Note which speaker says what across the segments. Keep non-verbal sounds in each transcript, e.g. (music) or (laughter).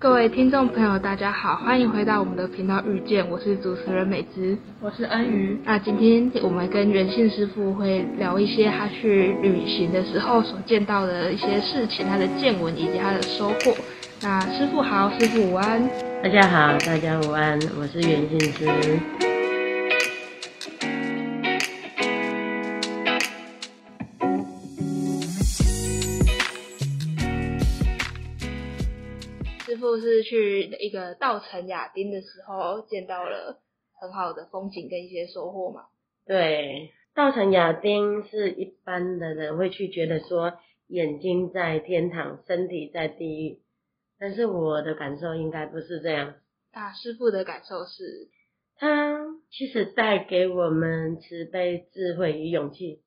Speaker 1: 各位听众朋友，大家好，欢迎回到我们的频道遇见，我是主持人美姿。
Speaker 2: 我是安瑜，
Speaker 1: 那今天我们跟袁信师傅会聊一些他去旅行的时候所见到的一些事情，他的见闻以及他的收获。那师傅好，师傅午安。
Speaker 3: 大家好，大家午安，我是袁静之。
Speaker 1: 师傅是去一个稻城亚丁的时候见到了很好的风景跟一些收获嘛？
Speaker 3: 对，稻城亚丁是一般的人会去觉得说，眼睛在天堂，身体在地狱，但是我的感受应该不是这样。
Speaker 1: 那师傅的感受是，
Speaker 3: 它其实带给我们慈悲、智慧与勇气。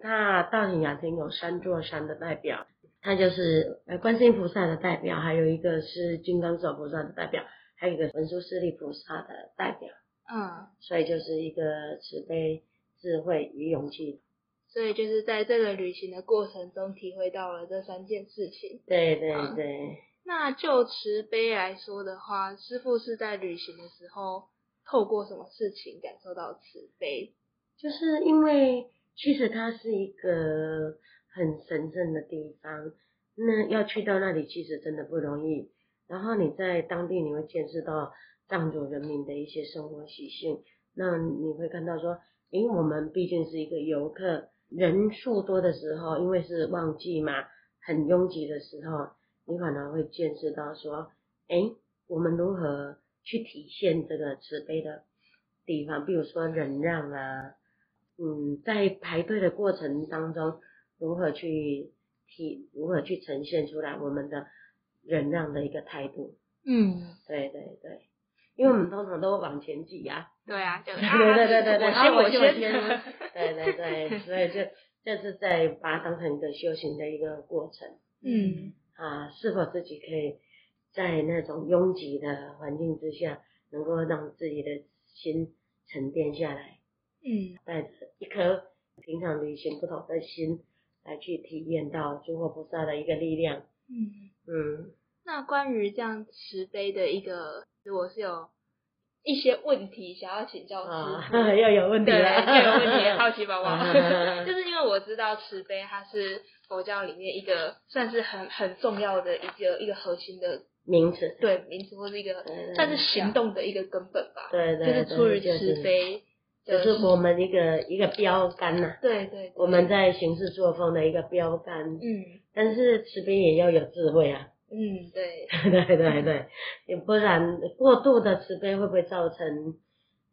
Speaker 3: 那稻城亚丁有三座山的代表，它就是呃观世音菩萨的代表，还有一个是金刚手菩萨的代表，还有一个文殊师利菩萨的代表，
Speaker 1: 嗯，
Speaker 3: 所以就是一个慈悲、智慧与勇气。
Speaker 1: 所以就是在这个旅行的过程中体会到了这三件事情。
Speaker 3: 对对
Speaker 1: 嗯
Speaker 3: 对，
Speaker 1: 那就慈悲来说的话，师傅是在旅行的时候透过什么事情感受到慈悲？
Speaker 3: 就是因为其实它是一个很神圣的地方，那要去到那里其实真的不容易。然后你在当地你会见识到藏族人民的一些生活习性，那你会看到说，因为我们毕竟是一个游客，人数多的时候，因为是旺季嘛，很拥挤的时候，你反而会见识到说，诶，我们如何去体现这个慈悲的地方，比如说忍让啊，嗯，在排队的过程当中，如何去体，如何去呈现出来我们的忍让的一个态度。
Speaker 1: 嗯，
Speaker 3: 对对对，因为我们通常都往前挤呀、
Speaker 1: 对啊，就
Speaker 3: 啊。对对对对对，
Speaker 1: 啊
Speaker 3: 先
Speaker 1: 我
Speaker 3: (laughs) 我先
Speaker 1: 先
Speaker 3: 我先，对对对，所以就这是在把它当成一个修行的一个过程。
Speaker 1: 嗯，
Speaker 3: 啊，是否自己可以在那种拥挤的环境之下，能够让自己的心沉淀下来，
Speaker 1: 嗯
Speaker 3: 带着一颗平常旅行不同的心来去体验到诸佛菩萨的一个力量。
Speaker 1: 嗯。
Speaker 3: 嗯，
Speaker 1: 那关于这样慈悲的一个，其实我是有一些问题想要请教师
Speaker 3: 啊
Speaker 1: 傅。，
Speaker 3: (laughs) 又有问题
Speaker 1: 对，
Speaker 3: 了，
Speaker 1: 这个
Speaker 3: (laughs)
Speaker 1: 问题好奇宝宝，
Speaker 3: 啊
Speaker 1: 就是因为我知道慈悲它是佛教里面一个算是很很重要的一个一个核心的
Speaker 3: 名词，
Speaker 1: 对名词或是一个
Speaker 3: 对对
Speaker 1: 算是行动的一个根本吧，
Speaker 3: 对对，
Speaker 1: 就是
Speaker 3: 对
Speaker 1: 出于
Speaker 3: 就是
Speaker 1: 慈，悲
Speaker 3: 就
Speaker 1: 的，
Speaker 3: 是我们一个一个标杆呐、
Speaker 1: 对对，
Speaker 3: 我们在行事作风的一个标杆，
Speaker 1: 嗯
Speaker 3: 但是慈悲也要有智慧啊。
Speaker 1: 嗯对，
Speaker 3: (laughs) 对对对，也不然过度的慈悲会不会造成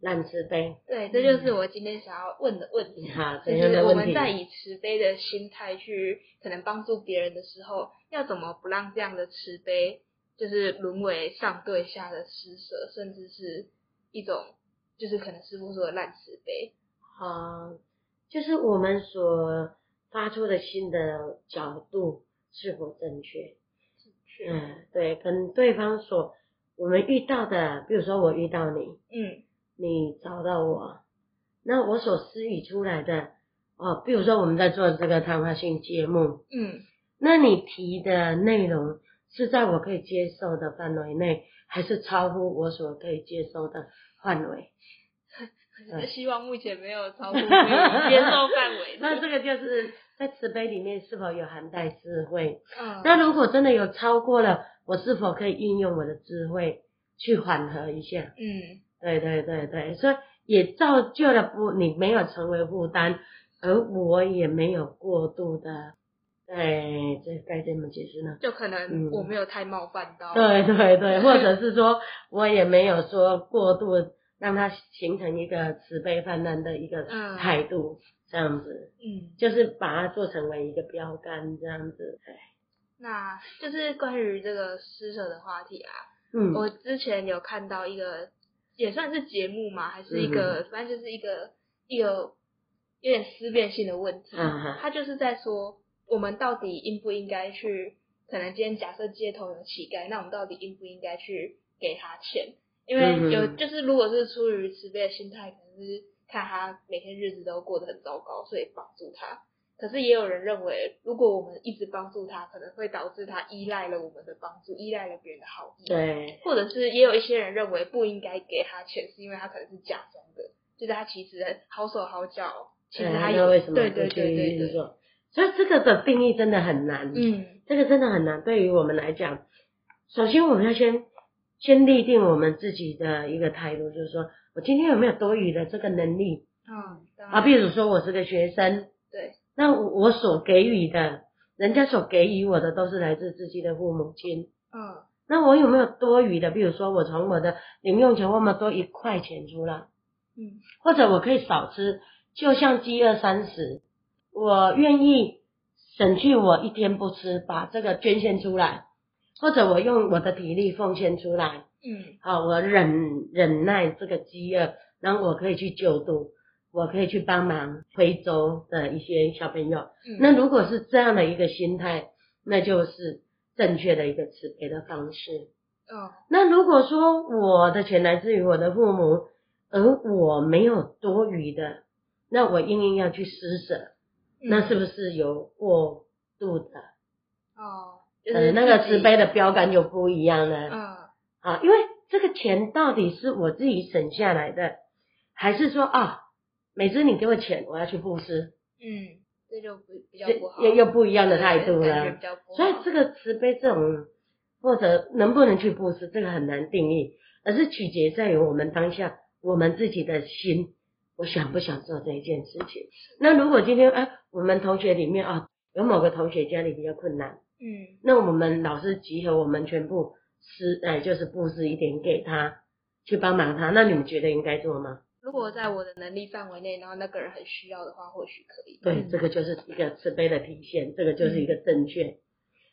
Speaker 3: 烂慈悲？
Speaker 1: 对，这就是我今天想要问的问题。
Speaker 3: 好，
Speaker 1: 就
Speaker 3: 怎样
Speaker 1: 是
Speaker 3: 的
Speaker 1: 我
Speaker 3: 问
Speaker 1: 们
Speaker 3: 题？
Speaker 1: 在以慈悲的心态去可能帮助别人的时候，要怎么不让这样的慈悲就是沦为上对下的施舍，甚至是一种就是可能师傅说的烂慈悲。
Speaker 3: 啊、就是我们所发出的心的角度是否正确？嗯，对，跟对方所我们遇到的，比如说我遇到你，
Speaker 1: 嗯
Speaker 3: 你找到我，那我所施予出来的，哦，比如说我们在做这个谈话性节目，
Speaker 1: 嗯
Speaker 3: 那你提的内容是在我可以接受的范围内，还是超乎我所可以接受的范围？
Speaker 1: 嗯，希望目前没有超过可以接受范围
Speaker 3: (laughs) 那
Speaker 1: 的。
Speaker 3: 这个就是在慈悲里面是否有含带智慧？
Speaker 1: 嗯，
Speaker 3: 那如果真的有超过了，我是否可以运用我的智慧去缓和一下？
Speaker 1: 嗯
Speaker 3: 对对对对，所以也造就了不你没有成为负担，而我也没有过度的，哎，这该怎么解释呢？
Speaker 1: 就可能
Speaker 3: 嗯
Speaker 1: 我没有太冒犯到。
Speaker 3: 对对对，或者是说我也没有说过度让它形成一个慈悲泛滥的一个
Speaker 1: 嗯
Speaker 3: 态度，这样子
Speaker 1: 嗯，
Speaker 3: 就是把它做成为一个标杆，这样子。哎
Speaker 1: 那就是关于这个施舍的话题啊，
Speaker 3: 嗯，
Speaker 1: 我之前有看到一个，也算是节目嘛，还是一
Speaker 3: 嗯
Speaker 1: 个，反正就是一个一个有点思辨性的问题。
Speaker 3: 嗯哼
Speaker 1: 他就是在说，我们到底应不应该去？可能今天假设街头有乞丐，那我们到底应不应该去给他钱？因为有
Speaker 3: 嗯哼
Speaker 1: 就是，如果是出于慈悲的心态，可能是看他每天日子都过得很糟糕，所以帮助他。可是也有人认为，如果我们一直帮助他，可能会导致他依赖了我们的帮助，依赖了别人的好意。，
Speaker 3: 对，
Speaker 1: 或者是也有一些人认为不应该给他钱，是因为他可能是假装的，就是他其实好手好脚，其实
Speaker 3: 对
Speaker 1: 他
Speaker 3: 那
Speaker 1: 有
Speaker 3: 为什么
Speaker 1: 对
Speaker 3: 不
Speaker 1: 对对对
Speaker 3: 去
Speaker 1: 对，
Speaker 3: 做？所以这个的定义真的很难，
Speaker 1: 嗯
Speaker 3: 这个真的很难。对于我们来讲，首先我们要先先立定我们自己的一个态度，就是说我今天有没有多余的这个能力
Speaker 1: 嗯，当
Speaker 3: 啊？
Speaker 1: 然
Speaker 3: 比如说我是个学生，
Speaker 1: 对，
Speaker 3: 那我我所给予的，人家所给予我的都是来自自己的父母亲。
Speaker 1: 嗯
Speaker 3: 那我有没有多余的？比如说，我从我的零用钱，我有没有多一块钱出来？
Speaker 1: 嗯
Speaker 3: 或者我可以少吃，就像饥饿三十，我愿意省去我一天不吃，把这个捐献出来，或者我用我的体力奉献出来，
Speaker 1: 嗯
Speaker 3: 啊，我忍忍耐这个饥饿，然后我可以去救助，我可以去帮忙非洲的一些小朋友。
Speaker 1: 嗯，
Speaker 3: 那如果是这样的一个心态，那就是正确的一个慈悲的方式。
Speaker 1: 嗯
Speaker 3: 那如果说我的钱来自于我的父母，而我没有多余的，那我硬硬要去施舍，那是
Speaker 1: 是
Speaker 3: 不是有过度的？
Speaker 1: 哦，就
Speaker 3: 呃，
Speaker 1: 是
Speaker 3: 那个
Speaker 1: 自己
Speaker 3: 慈悲的标杆就不一样了
Speaker 1: 嗯
Speaker 3: 啊，因为这个钱到底是我自己省下来的，还是说啊，每次你给我钱，我要去布施，
Speaker 1: 嗯，这就不比较
Speaker 3: 这
Speaker 1: 不好，
Speaker 3: 又又不一样的
Speaker 1: 对
Speaker 3: 态度
Speaker 1: 感觉
Speaker 3: 了
Speaker 1: 比。较不好，
Speaker 3: 所以这个慈悲这种，或者能不能去布施，这个很难定义，而是取决在于我们当下我们自己的心，我想不想做这一件事情。那如果今天哎、我们同学里面啊，有某个同学家里比较困难，
Speaker 1: 嗯
Speaker 3: 那我们老师集合我们全部施，哎，就是布施一点给他，去帮忙他。那你们觉得应该做吗？
Speaker 1: 如果在我的能力范围内，然后那个人很需要的话，或许可以。
Speaker 3: 对，
Speaker 1: 嗯
Speaker 3: 这个就是一个慈悲的体现，这个就是一个正确。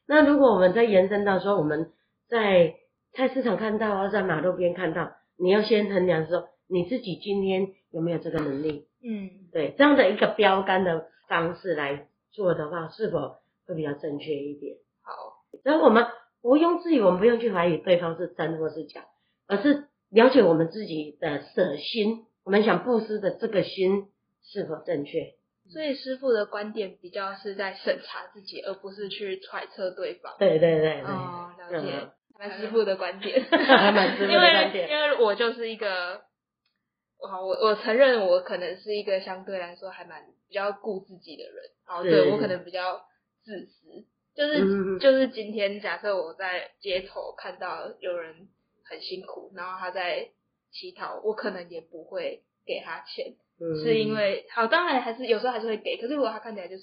Speaker 3: 那如果我们再延伸到说，我们在菜市场看到，或在马路边看到，你要先衡量说你自己今天有没有这个能力，
Speaker 1: 嗯
Speaker 3: 对这样的一个标杆的方式来做的话，是否会比较正确一点？
Speaker 1: 好，
Speaker 3: 然后我们毋庸置疑，我们不用去怀疑对方是真或是假，而是了解我们自己的舍心，我们想布施的这个心是否正确。
Speaker 1: 所以师傅的观点比较是在审查自己，而不是去揣测对方。
Speaker 3: 对对对对，
Speaker 1: 哦，了解
Speaker 3: 嗯，
Speaker 1: 还蛮师傅的观点，
Speaker 3: 还蛮师傅的观点
Speaker 1: 因为因为我就是一个，哇，我我承认我可能是一个相对来说还蛮比较顾自己的人，哦，
Speaker 3: 是
Speaker 1: 对我可能比较自私，就是、
Speaker 3: 嗯
Speaker 1: 就是今天假设我在街头看到有人很辛苦，然后他在乞讨，我可能也不会给他钱，
Speaker 3: 嗯
Speaker 1: 是因为好，当然还是有时候还是会给，可是如果他看起来就是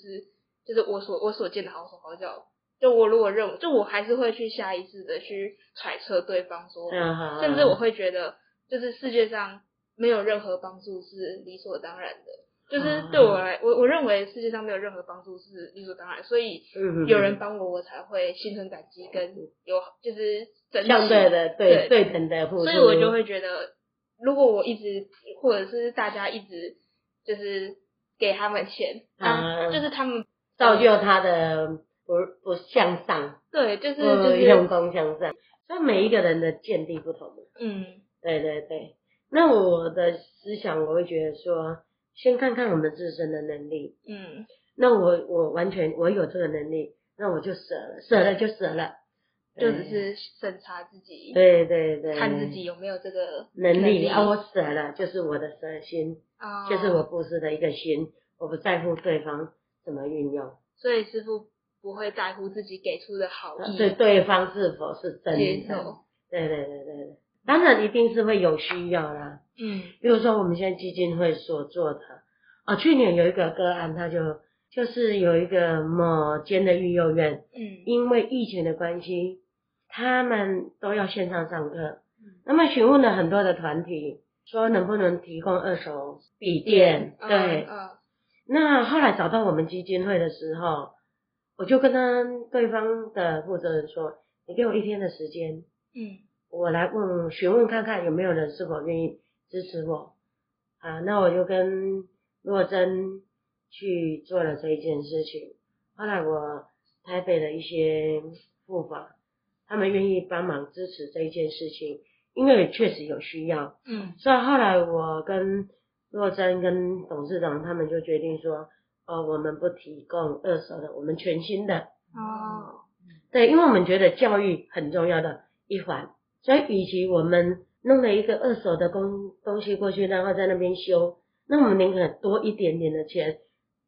Speaker 1: 就是我所我所见的好手好脚，就我如果认为，就我还是会去下意识的去揣测对方说，
Speaker 3: 嗯好
Speaker 1: 甚至我会觉得就是世界上没有任何帮助是理所当然的，就是
Speaker 3: 嗯
Speaker 1: 对我来，我我认为世界上没有任何帮助是理所当然，所以
Speaker 3: 嗯嗯
Speaker 1: 有人帮我，我才会心存感激跟有就是珍惜
Speaker 3: 相对的对
Speaker 1: 对
Speaker 3: 对等的付出，
Speaker 1: 所以我就会觉得，如果我一直或者是大家一直就是给他们钱，啊，
Speaker 3: 啊
Speaker 1: 就是他们
Speaker 3: 造就他的不不向上，
Speaker 1: 对，就是就
Speaker 3: 不
Speaker 1: 是
Speaker 3: 用功向上，所以每一个人的见地不同嘛。
Speaker 1: 嗯
Speaker 3: 对对对，那我的思想我会觉得说，先看看我们自身的能力。
Speaker 1: 嗯
Speaker 3: 那我我完全我有这个能力，那我就舍了，舍了就舍了，
Speaker 1: 就只是审查自己，
Speaker 3: 对对对，
Speaker 1: 看自己有没有这个
Speaker 3: 能力
Speaker 1: 力
Speaker 3: 啊，我舍了就是我的舍心。
Speaker 1: 啊，
Speaker 3: 就是我布施的一个心，我不在乎对方怎么运用，
Speaker 1: 所以师傅不会在乎自己给出的好意，
Speaker 3: 对对方是否是真
Speaker 1: 接
Speaker 3: 的。
Speaker 1: 受，
Speaker 3: 呃对对对对对，当然一定是会有需要啦。
Speaker 1: 嗯
Speaker 3: 比如说我们现在基金会所做的，啊、去年有一个个案，他就就是有一个某间的育幼院，
Speaker 1: 嗯
Speaker 3: 因为疫情的关系，他们都要线上上课
Speaker 1: 嗯。
Speaker 3: 那么询问了很多的团体，说能不能提供二手笔电？
Speaker 1: 嗯
Speaker 3: 对，
Speaker 1: 嗯
Speaker 3: 那后来找到我们基金会的时候，我就跟他对方的负责人说：“你给我一天的时间，
Speaker 1: 嗯
Speaker 3: 我来问询问看看有没有人是否愿意支持我。”啊，那我就跟若真去做了这一件事情。后来我台北的一些护法，他们愿意帮忙支持这一件事情，因为确实有需要。
Speaker 1: 嗯
Speaker 3: 所以后来我跟若真跟董事长他们就决定说，哦，我们不提供二手的，我们全新的。
Speaker 1: 哦，
Speaker 3: 对，因为我们觉得教育很重要的一环，所以与其我们弄了一个二手的工东西过去，然后在那边修，那我们宁可多一点点的钱，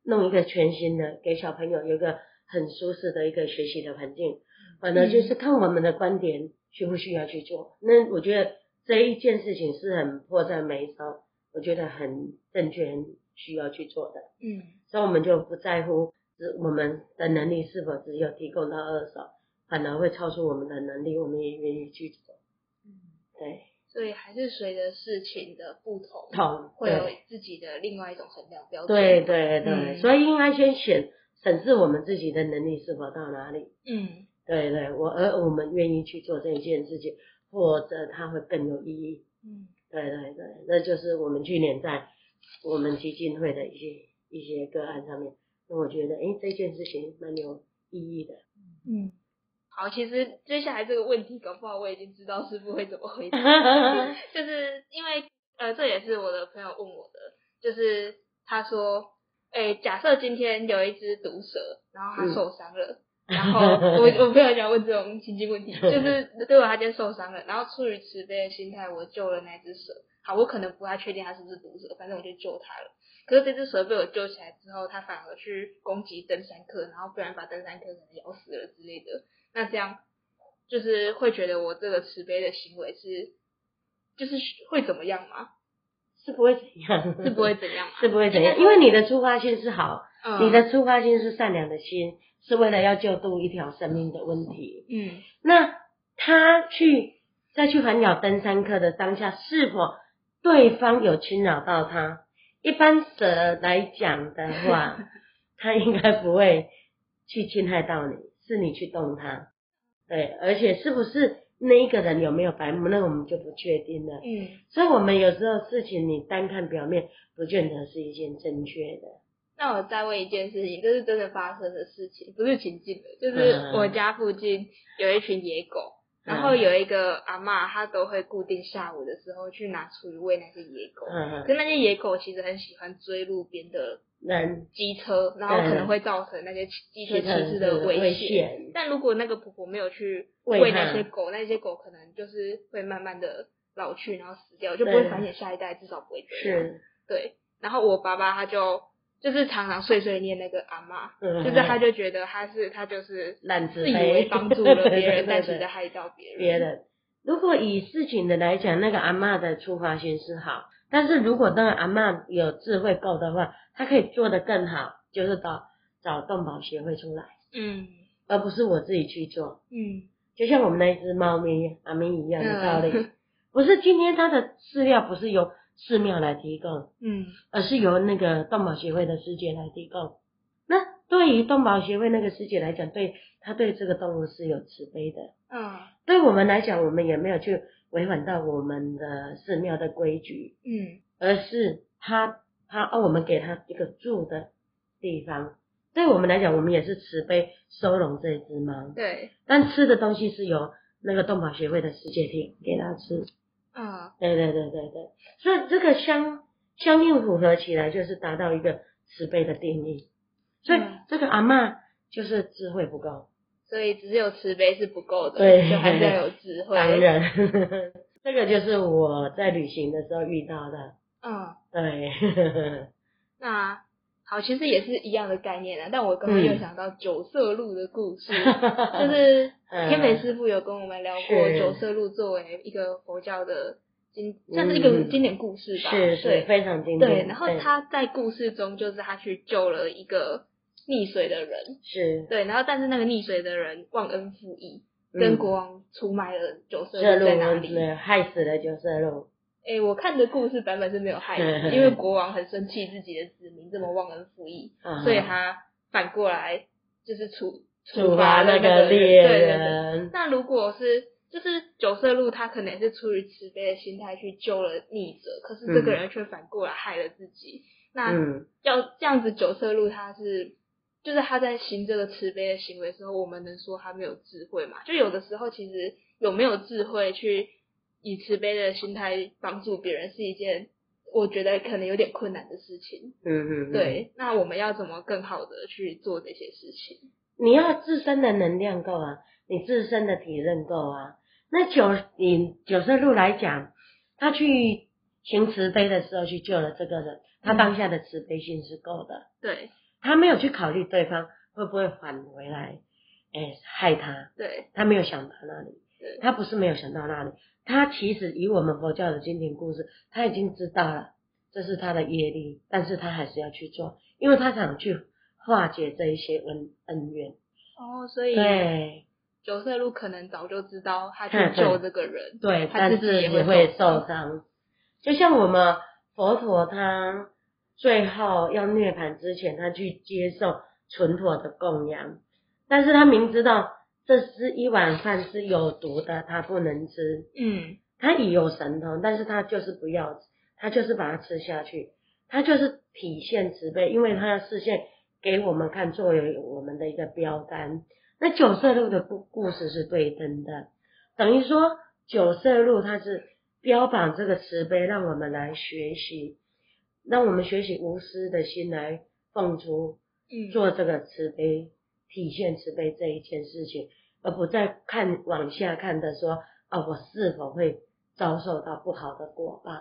Speaker 3: 弄一个全新的，给小朋友有一个很舒适的一个学习的环境。反正就是看我们的观点需不需要去做。那我觉得这一件事情是很迫在眉梢，我觉得很正确，很需要去做的。
Speaker 1: 嗯
Speaker 3: 所以我们就不在乎是我们的能力是否只有提供到二手，反而会超出我们的能力，我们也愿意去做。
Speaker 1: 嗯
Speaker 3: 对，
Speaker 1: 所以还是随着事情的不同，
Speaker 3: 同
Speaker 1: 会有
Speaker 3: 对
Speaker 1: 自己的另外一种衡量标准。
Speaker 3: 对，对对，
Speaker 1: 嗯
Speaker 3: 所以应该先选审视我们自己的能力是否到哪里。
Speaker 1: 嗯
Speaker 3: 对对，我而我们愿意去做这一件事情，或者它会更有意义。
Speaker 1: 嗯
Speaker 3: 对对对，那就是我们去年在我们基金会的一些一些个案上面，那我觉得诶这件事情蛮有意义的。 (laughs)
Speaker 1: 嗯。好，其实接下来这个问题，搞不好我已经知道师傅会怎么回答。 (laughs) 就是因为呃，这也是我的朋友问我的，就是他说，哎、假设今天有一只毒蛇，然后它受伤了，然后我我朋友想问这种情境
Speaker 3: (laughs)
Speaker 1: 问题，就是对我他今天受伤了，然后出于慈悲的心态，我救了那只蛇。好，我可能不太确定它是不是毒蛇，反正我就救它了。可是这只蛇被我救起来之后，它反而去攻击登山客，然后不然把登山客可能咬死了之类的。那这样就是会觉得我这个慈悲的行为是，就是会怎么样吗？
Speaker 3: 是不会怎样，
Speaker 1: 是不会怎样吗？
Speaker 3: 嗯 (laughs) 是不会怎样，因为你的出发心是好，
Speaker 1: 嗯，
Speaker 3: 你的出发心是善良的心，是为了要救度一条生命的问题。
Speaker 1: 嗯
Speaker 3: 那他去再去环咬登山客的当下，是否对方有侵扰到他？一般蛇来讲的话，他应该不会去侵害到你，是你去动它。对，而且是不是那一个人有没有白目，那我们就不确定了。
Speaker 1: 嗯，
Speaker 3: 所以，我们有时候事情你单看表面，不见得是一件正确的。
Speaker 1: 那我再问一件事情，这是真的发生的事情，不是情境的，
Speaker 3: 嗯
Speaker 1: 就是我家附近有一群野狗，然后有一个阿嬷，她都会固定下午的时候去拿厨余喂那些野狗。
Speaker 3: 嗯，
Speaker 1: 可那些野狗其实很喜欢追路边的
Speaker 3: 人
Speaker 1: 机车，然后可能会造成那些机车骑士的
Speaker 3: 危
Speaker 1: 危险。
Speaker 3: 险，
Speaker 1: 但如果那个婆婆没有去
Speaker 3: 喂
Speaker 1: 喂
Speaker 3: 它
Speaker 1: 那些狗，那些狗可能就是会慢慢的老去，然后死掉，就不会
Speaker 3: 对
Speaker 1: 繁衍下一代，至少不会这样。
Speaker 3: 是，
Speaker 1: 对。然后我爸爸他就就是常常碎碎念那个阿妈，
Speaker 3: 就
Speaker 1: 就是他就觉得他是他就是
Speaker 3: 懒
Speaker 1: 自
Speaker 3: 自
Speaker 1: 以为
Speaker 3: 卑，
Speaker 1: 帮助了
Speaker 3: (laughs) 对
Speaker 1: 别人，
Speaker 3: 对
Speaker 1: 但
Speaker 3: 对
Speaker 1: 其实
Speaker 3: 对
Speaker 1: 害到别人。
Speaker 3: 别人。如果以事情的来讲，那个阿嬷的出发心是好，但是如果那个阿嬷有智慧够的话，她可以做得更好，就是找找动保协会出来，
Speaker 1: 嗯
Speaker 3: 而不是我自己去做。
Speaker 1: 嗯
Speaker 3: 就像我们那一只猫咪阿咪一样的道理，
Speaker 1: 嗯
Speaker 3: 不是今天它的饲料不是由寺庙来提供，
Speaker 1: 嗯
Speaker 3: 而是由那个动保协会的师姐来提供。那对于动保协会那个师姐来讲，对她对这个动物是有慈悲的。
Speaker 1: 嗯
Speaker 3: 对我们来讲，我们也没有去违反到我们的寺庙的规矩，
Speaker 1: 嗯
Speaker 3: 而是他他哦，我们给他一个住的地方。对我们来讲，我们也是慈悲收容这只猫，
Speaker 1: 对
Speaker 3: 但吃的东西是由那个动保协会的世界厅给他吃。
Speaker 1: 嗯
Speaker 3: 对对对对对，所以这个相相应符合起来，就是达到一个慈悲的定义。所以
Speaker 1: 嗯
Speaker 3: 这个阿嬷就是智慧不够，
Speaker 1: 所以只有慈悲是不够的，
Speaker 3: 对
Speaker 1: 就还是要有智慧。
Speaker 3: (laughs) 当然， (laughs) 这个就是我在旅行的时候遇到的。
Speaker 1: 嗯，
Speaker 3: 对，
Speaker 1: 那好，其实也是一样的概念啊。但我刚刚又
Speaker 3: 嗯
Speaker 1: 想到九色鹿的故
Speaker 3: (laughs)
Speaker 1: 事， (laughs) 就是
Speaker 3: 嗯
Speaker 1: 天美师傅有跟我们聊过
Speaker 3: 是
Speaker 1: 九色鹿作为一个佛教的经，算是一个
Speaker 3: 嗯
Speaker 1: 经典故事吧。
Speaker 3: 是是
Speaker 1: 对
Speaker 3: 非常经典。
Speaker 1: 对。然后他在故事中就是他去救了一个溺水的人，
Speaker 3: 是
Speaker 1: 对，然后但是那个溺水的人忘恩负义，
Speaker 3: 嗯
Speaker 1: 跟国王出卖了九色
Speaker 3: 色
Speaker 1: 鹿
Speaker 3: 鹿
Speaker 1: 在哪里？
Speaker 3: 是害死了九色鹿，
Speaker 1: 诶，我看的故事版本是没有害死，
Speaker 3: (laughs)
Speaker 1: 因为国王很生气自己的子民这么忘恩负义，
Speaker 3: 嗯
Speaker 1: 所以他反过来就是处
Speaker 3: 处
Speaker 1: 罚
Speaker 3: 罚
Speaker 1: 了
Speaker 3: 那
Speaker 1: 个
Speaker 3: 个
Speaker 1: 人
Speaker 3: 猎
Speaker 1: 对对对。
Speaker 3: 人。
Speaker 1: 那如果是就是九色鹿，他可能也是出于慈悲的心态去救了逆者，可是这个
Speaker 3: 嗯
Speaker 1: 人却反过来害了自己。那
Speaker 3: 嗯，
Speaker 1: 要这样子，九色鹿他是。就是他在行这个慈悲的行为的时候，我们能说他没有智慧吗？就有的时候，其实有没有智慧去以慈悲的心态帮助别人，是一件我觉得可能有点困难的事情。
Speaker 3: 嗯嗯，嗯，
Speaker 1: 对，那我们要怎么更好的去做这些事情？
Speaker 3: 你要自身的能量够啊，你自身的体认够啊。那九以九色鹿来讲，他去行慈悲的时候去救了这个人，他当下的慈悲心是够的，
Speaker 1: 对
Speaker 3: 他没有去考虑对方会不会返回来，哎、害他，
Speaker 1: 对
Speaker 3: 他没有想到那里
Speaker 1: 对，
Speaker 3: 他不是没有想到那里，他其实以我们佛教的经典故事，他已经知道了这是他的业力，但是他还是要去做，因为他想去化解这一些恩恩怨，
Speaker 1: 哦，所以
Speaker 3: 对
Speaker 1: 九色鹿可能早就知道他去
Speaker 3: 嗯
Speaker 1: 救这个人，
Speaker 3: 对，
Speaker 1: 他
Speaker 3: 但
Speaker 1: 自己
Speaker 3: 是
Speaker 1: 也
Speaker 3: 也
Speaker 1: 会
Speaker 3: 会
Speaker 1: 受伤
Speaker 3: 受伤，就像我们佛陀他最后要涅槃之前，他去接受纯佛的供养，但是他明知道这是一碗饭是有毒的，他不能吃。
Speaker 1: 嗯，
Speaker 3: 他也有神通，但是他就是不要，他就是把它吃下去，他就是体现慈悲，因为他要视线给我们看作为我们的一个标杆。那九色鹿的故故事是对称的，等于说九色鹿它是标榜这个慈悲，让我们来学习，让我们学习无私的心来奉出
Speaker 1: 嗯
Speaker 3: 做这个慈悲，体现慈悲这一件事情，而不再看往下看的说啊，我是否会遭受到不好的果报？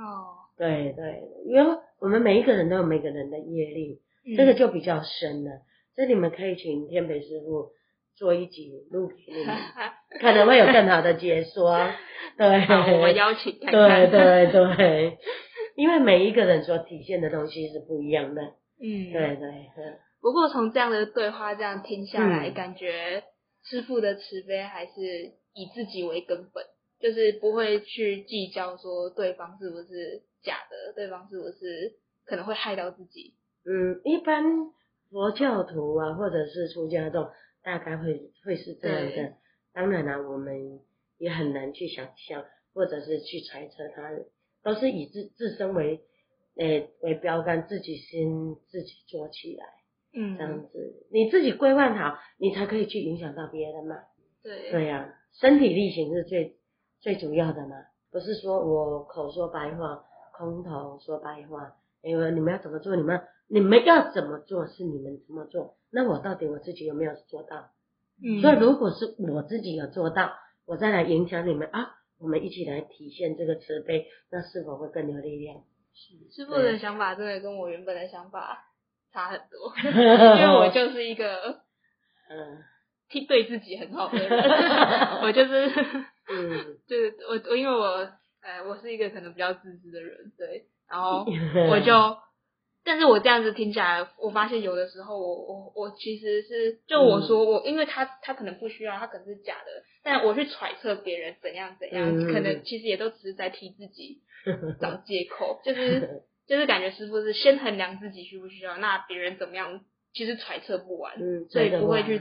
Speaker 1: 哦，
Speaker 3: 对对，因为我们每一个人都有每个人的业力，
Speaker 1: 嗯
Speaker 3: 这个
Speaker 1: (laughs)
Speaker 3: 就比较深了。这你们可以请天北师傅做一集录给
Speaker 1: (laughs)
Speaker 3: 你们， (laughs) 可能会有更好的解说。对，
Speaker 1: 好，我邀请看
Speaker 3: 对
Speaker 1: 看，
Speaker 3: 对对，因为每一个人所体现的东西是不一样的。
Speaker 1: (laughs) 嗯，
Speaker 3: 对。对，嗯
Speaker 1: 不过从这样的对话这样听下来，
Speaker 3: 嗯
Speaker 1: 感觉师傅的慈悲还是以自己为根本，就是不会去计较说对方是不是假的，对方是不是可能会害到自己。
Speaker 3: 嗯，一般佛教徒啊，或者是出家众，大概会会是这样
Speaker 1: 对
Speaker 3: 的。当然啦、我们也很难去想象，或者是去揣测他人，都是以自自身为诶、为标杆，自己先自己做起来，这
Speaker 1: 嗯，
Speaker 3: 样子，你自己规范好，你才可以去影响到别人嘛。
Speaker 1: 对，
Speaker 3: 对呀、身体力行是最最主要的嘛，不是说我口说白话，空头说白话。哎呦，你们要怎么做？你们你们要怎么做是你们怎么做，那我到底我自己有没有做到？
Speaker 1: 嗯，
Speaker 3: 所以如果是我自己有做到，我再来影响你们啊，我们一起来体现这个慈悲，那是否会更有力量？
Speaker 1: 师傅的
Speaker 3: 对
Speaker 1: 想法真的跟我原本的想法差很
Speaker 3: (laughs)
Speaker 1: 多，因
Speaker 3: 因
Speaker 1: 为我就是一个
Speaker 3: (laughs) 嗯
Speaker 1: 替对自己很好的
Speaker 3: (laughs)
Speaker 1: 人，我就是
Speaker 3: 嗯，
Speaker 1: 就是我我因为我呃我是一个可能比较自私的人，对，然后 (laughs) 我就，但是我这样子听起来，我发现有的时候我我我其实是就我说我，
Speaker 3: 嗯
Speaker 1: 因为他他可能不需要，他可能是假的，但我去揣测别人怎样怎样，
Speaker 3: 嗯
Speaker 1: 可能其实也都只是在替自
Speaker 3: (laughs)
Speaker 1: 己找借口，就是就是感觉师傅是先衡量自己需不需要，那别人怎么样，其实揣测不完，
Speaker 3: 嗯，
Speaker 1: 所以
Speaker 3: 这个
Speaker 1: 不会
Speaker 3: 嘛
Speaker 1: 去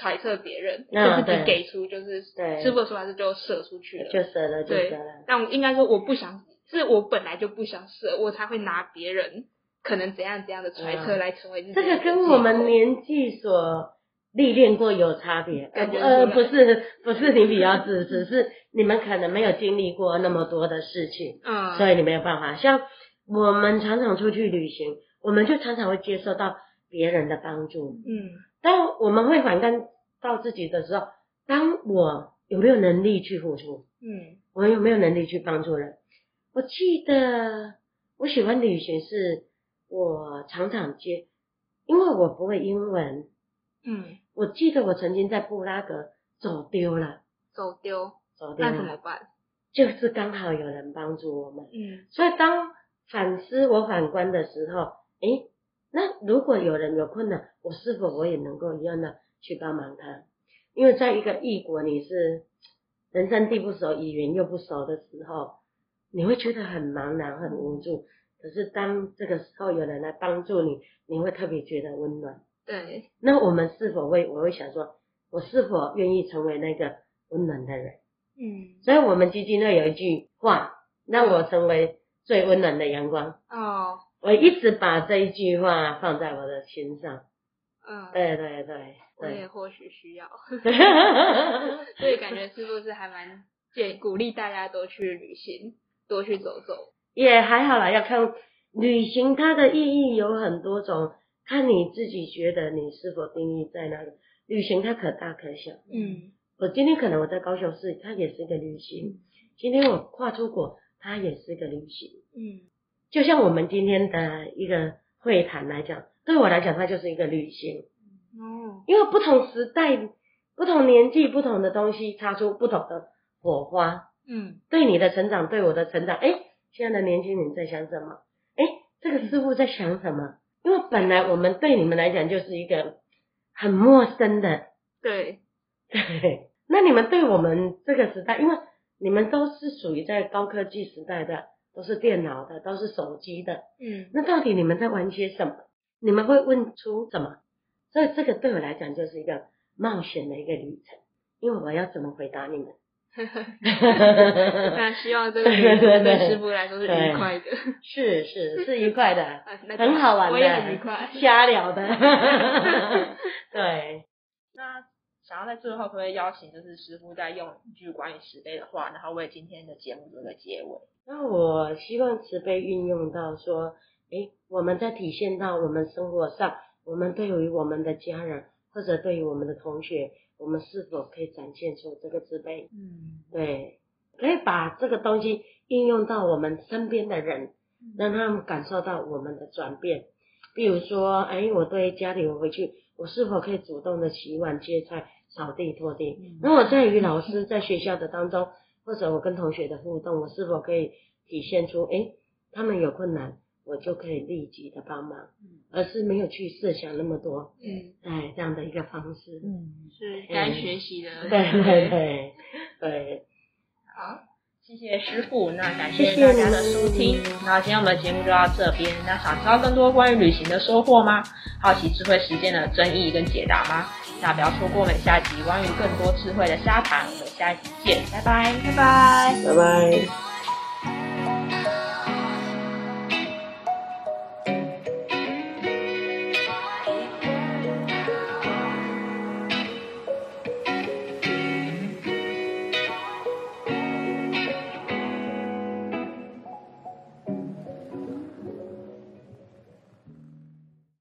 Speaker 1: 揣测别人，
Speaker 3: 嗯
Speaker 1: 就自己
Speaker 3: 对
Speaker 1: 给出就是
Speaker 3: 对
Speaker 1: 师傅的说法是就射出去了，
Speaker 3: 就舍了就
Speaker 1: 对
Speaker 3: 舍了。
Speaker 1: 但我应该说我不想，是我本来就不想射，我才会拿别人可能怎样怎样的揣测
Speaker 3: 嗯
Speaker 1: 来成为自己的
Speaker 3: 这
Speaker 1: 借口。
Speaker 3: 个跟我们年纪所历练过有差别，呃
Speaker 1: 感觉
Speaker 3: 不
Speaker 1: 出来
Speaker 3: 呃不是不是你比较自私，是你们可能没有经历过那么多的事情，
Speaker 1: 嗯，
Speaker 3: 所以你没有办法。像我们常常出去旅行，我们就常常会接受到别人的帮助，
Speaker 1: 嗯
Speaker 3: 但我们会反观到自己的时候，当我有没有能力去付出？
Speaker 1: 嗯
Speaker 3: 我有没有能力去帮助人？我记得我喜欢旅行是，我常常接，因为我不会英文。
Speaker 1: 嗯，
Speaker 3: 我记得我曾经在布拉格走丢了，
Speaker 1: 走丢
Speaker 3: 走丢
Speaker 1: 那怎么
Speaker 3: 了，
Speaker 1: 办？
Speaker 3: 就是刚好有人帮助我们。
Speaker 1: 嗯
Speaker 3: 所以当反思我反观的时候，诶，那如果有人有困难，我是否我也能够一样的去帮忙他？因为在一个异国，你是人生地不熟，语言又不熟的时候，你会觉得很茫然、很无助。可是当这个时候有人来帮助你，你会特别觉得温暖。
Speaker 1: 对
Speaker 3: 那我们是否会？我会想说，我是否愿意成为那个温暖的人？
Speaker 1: 嗯
Speaker 3: 所以我们基金会有一句话，让我成为最温暖的阳光。
Speaker 1: 哦
Speaker 3: 我一直把这一句话放在我的心上。
Speaker 1: 嗯，
Speaker 3: 对对对
Speaker 1: 我也
Speaker 3: 对，
Speaker 1: 或许需要，
Speaker 3: 对
Speaker 1: 所以感觉师傅是还蛮建鼓励大家多去旅行，多去走走。
Speaker 3: (laughs) 也还好啦，要看旅行它的意义有很多种，看你自己觉得你是否定义在哪里。旅行它可大可小，
Speaker 1: 嗯，
Speaker 3: 我今天可能我在高雄市，它也是一个旅行；今天我跨出国，它也是一个旅行。
Speaker 1: 嗯
Speaker 3: 就像我们今天的一个会谈来讲，对我来讲，它就是一个旅行，
Speaker 1: 哦，
Speaker 3: 因为不同时代、不同年纪、不同的东西，擦出不同的火花。
Speaker 1: 嗯
Speaker 3: 对你的成长，对我的成长，哎，现在的年轻人在想什么？哎，这个师傅在想什么？因为本来我们对你们来讲就是一个很陌生的， (laughs)
Speaker 1: 对，
Speaker 3: 对。那你们对我们这个时代，因为你们都是属于在高科技时代的，都是电脑的，都是手机的，
Speaker 2: (laughs)
Speaker 1: 嗯
Speaker 3: 那到底你们在玩些什么？你们会问出什么？所以这个对我来讲就是一个冒险的一个旅程，因为我要怎么回答你们？ (laughs)
Speaker 1: 那希望这个旅程对师傅来说是愉快
Speaker 2: (laughs)
Speaker 1: 的，，
Speaker 3: 是是是愉快的
Speaker 1: 啊那
Speaker 3: 很好玩的，
Speaker 1: 我也很愉
Speaker 3: (laughs)
Speaker 1: 快。
Speaker 3: 瞎聊的，对，
Speaker 2: 那想要在最后，可不可以邀请就是师傅再用一句关于慈悲的话，然后为今天的节目做个结尾？
Speaker 3: 那我希望慈悲运用到说，诶，我们在体现到我们生活上，我们对于我们的家人或者对于我们的同学，我们是否可以展现出这个慈悲？
Speaker 2: 嗯，
Speaker 3: 对，可以把这个东西应用到我们身边的人，
Speaker 2: 嗯
Speaker 3: 让他们感受到我们的转变。比如说，哎，我对家里我回去，我是否可以主动的洗碗、切菜、扫地、拖地
Speaker 2: 嗯？
Speaker 3: 那我在与老师在学校的当中，或者我跟同学的互动，我是否可以体现出，哎，他们有困难，我就可以立即的帮忙
Speaker 2: 嗯，
Speaker 3: 而是没有去设想那么多，
Speaker 1: 嗯，
Speaker 3: 哎，这样的一个方式。
Speaker 2: 嗯，
Speaker 1: 是该学习的。
Speaker 3: 对对对对。
Speaker 2: (laughs) 好，谢谢师傅，那感谢
Speaker 3: 谢谢
Speaker 2: 大家的收听。那今天我们的节目就到这边。那想知道更多关于旅行的收获吗？好奇智慧实践的争议跟解答吗？那不要错过我们下集关于更多智慧的沙盘，我们下一集见，拜拜，拜拜。
Speaker 3: 拜拜。